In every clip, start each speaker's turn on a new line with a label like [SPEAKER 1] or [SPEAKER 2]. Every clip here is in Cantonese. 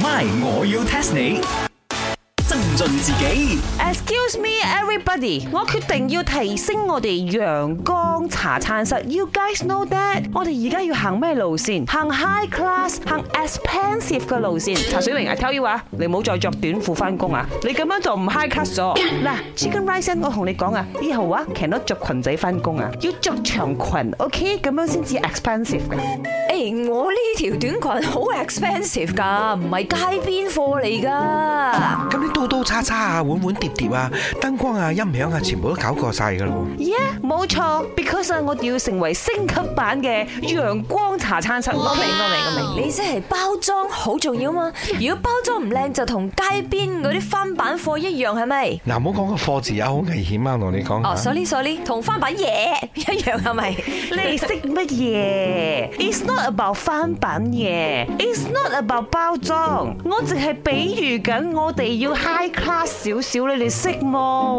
[SPEAKER 1] My，我要 test 你。增進自己
[SPEAKER 2] Excuse me, everybody！我決定要提升我哋陽光茶餐室。You guys know that？我哋而家要行咩路線？行 high class，行 expensive 嘅路線。茶水榮，I tell you 啊，你唔好再着短褲翻工啊！你咁樣就唔 high class 咗。嗱，Chicken Rice，我同你講啊，以後啊，cannot 着裙仔翻工啊，要着長裙，OK？咁樣先至 expensive 嘅。
[SPEAKER 3] 誒，我呢條短裙好 expensive 㗎，唔係街邊貨嚟㗎。
[SPEAKER 4] 咁你刀刀叉叉啊，碗碗碟碟啊，燈光啊、音響啊，全部都搞過晒噶咯。
[SPEAKER 2] Yeah，冇錯，because 啊我哋要成為升級版嘅陽光茶餐室。
[SPEAKER 3] 我明我明我明，你即係包裝好重要嘛？如果包裝唔靚，就同街邊嗰啲翻版貨一樣，係咪？
[SPEAKER 4] 嗱，唔好講個貨字啊，好危險啊！我同你講
[SPEAKER 3] 哦
[SPEAKER 4] 下。
[SPEAKER 3] ，sorry sorry，同翻版嘢 一樣係咪？
[SPEAKER 2] 你識乜嘢？It's not about 翻版嘢，It's not about 包裝。我淨係比喻緊，我哋要 high class 少少，你哋識冇？
[SPEAKER 3] 誒，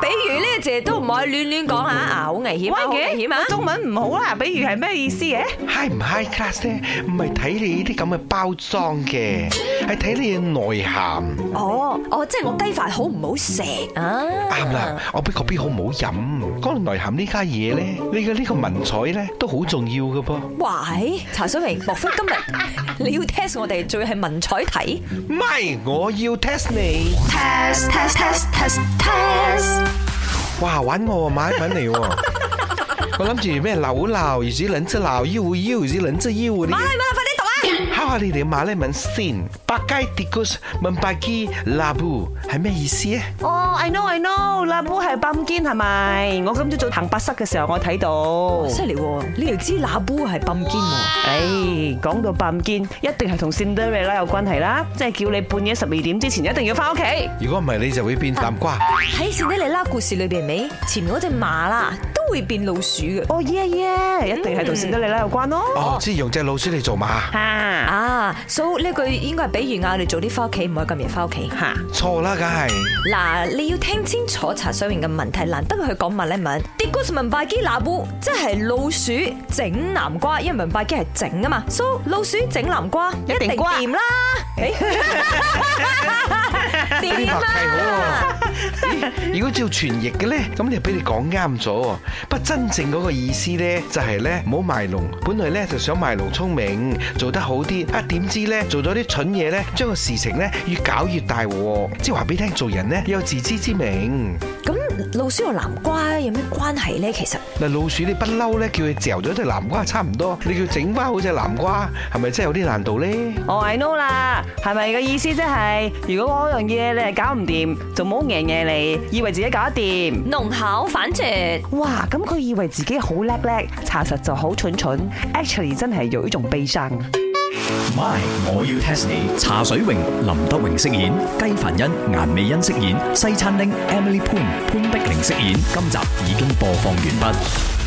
[SPEAKER 3] 比如呢姐都唔可以亂亂講下啊，好危險啊，好危險啊！
[SPEAKER 2] 中文唔好啦，比喻係咩意思嘅？
[SPEAKER 4] high 唔 high class 咧，唔係睇你呢啲咁嘅包裝嘅，係睇你嘅內涵。
[SPEAKER 3] 哦哦，即係我雞飯好唔好食啊？
[SPEAKER 4] 啱啦，我俾個杯好唔好飲？講到內涵呢家嘢咧，你嘅呢個文采咧都好重要嘅噃。
[SPEAKER 3] 喂，茶水榮，莫非今日你要 test 我哋最係文采題？
[SPEAKER 4] 咪，我要 test 你。
[SPEAKER 5] test test test test test
[SPEAKER 4] 哇，玩我啊，買粉嚟喎。 我諗住咩扭鬧，如此撚之鬧，腰會腰，如此撚之腰嗰啲
[SPEAKER 3] 馬。來文快啲讀啊！
[SPEAKER 4] 敲下你哋嘅馬來文先。百佳 tikus 問百基 labu 係咩意思啊咧？
[SPEAKER 2] 哦，I know I know，拉布係泵肩係咪？我今朝早行百室嘅時候，我睇到。
[SPEAKER 3] 犀利喎！呢條支喇叭係冧肩喎，
[SPEAKER 2] 唉，講到扮堅，一定係同 Cinderella 有關係啦，即係叫你半夜十二點之前一定要翻屋企。
[SPEAKER 4] 如果唔係你就會變南瓜。
[SPEAKER 3] 喺《聖德利拉》故事裏邊，尾前面嗰隻馬啦都會變老鼠嘅。
[SPEAKER 2] 哦耶耶，一定係同 Cinderella 有關咯。
[SPEAKER 4] 哦，即係用隻老鼠嚟做馬。
[SPEAKER 2] 嚇
[SPEAKER 3] 啊，所以呢句應該係比喻嗌我哋早啲翻屋企，唔可以咁夜翻屋企。
[SPEAKER 2] 嚇，
[SPEAKER 4] 錯啦，梗係。
[SPEAKER 3] 嗱，你要聽清楚茶水榮嘅問題，難得佢講馬來文。啲 g u s m a n 拜基拿布，即係老鼠整南瓜，因為文拜基係整啊嘛，所以老鼠整南瓜一定
[SPEAKER 2] 瓜
[SPEAKER 3] 掂啦，哎
[SPEAKER 4] 啲
[SPEAKER 3] 掂
[SPEAKER 4] 默契好
[SPEAKER 3] 啦。
[SPEAKER 4] 如果照傳譯嘅咧，咁你俾你講啱咗。不過真正嗰個意思咧，就係咧唔好賣弄。本來咧就想賣弄聰明，做得好啲。啊，點知咧做咗啲蠢嘢咧，將個事情咧越搞越大鑊。即係話俾你聽，做人咧要有自知之明。
[SPEAKER 3] 咁老鼠同南瓜有咩關係咧？其實？
[SPEAKER 4] 嗱，老鼠你不嬲咧，叫佢嚼咗隻南瓜差唔多，你叫整翻好隻南瓜，係咪真係有啲難度咧？
[SPEAKER 2] 哦 I know 啦，係咪個意思即係，如果嗰樣嘢你係搞唔掂，就唔好贏嘢你，以為自己搞得掂。
[SPEAKER 3] 弄巧反拙，
[SPEAKER 2] 哇！咁佢以為自己好叻叻，查實就好蠢蠢。Actually 真係有一種悲傷。
[SPEAKER 1] ，My，我要 test 你。茶水榮、林德榮飾演，雞凡欣、顏美欣飾演，西餐廳 Emily Poon 潘碧玲飾演。今集已經播放完畢。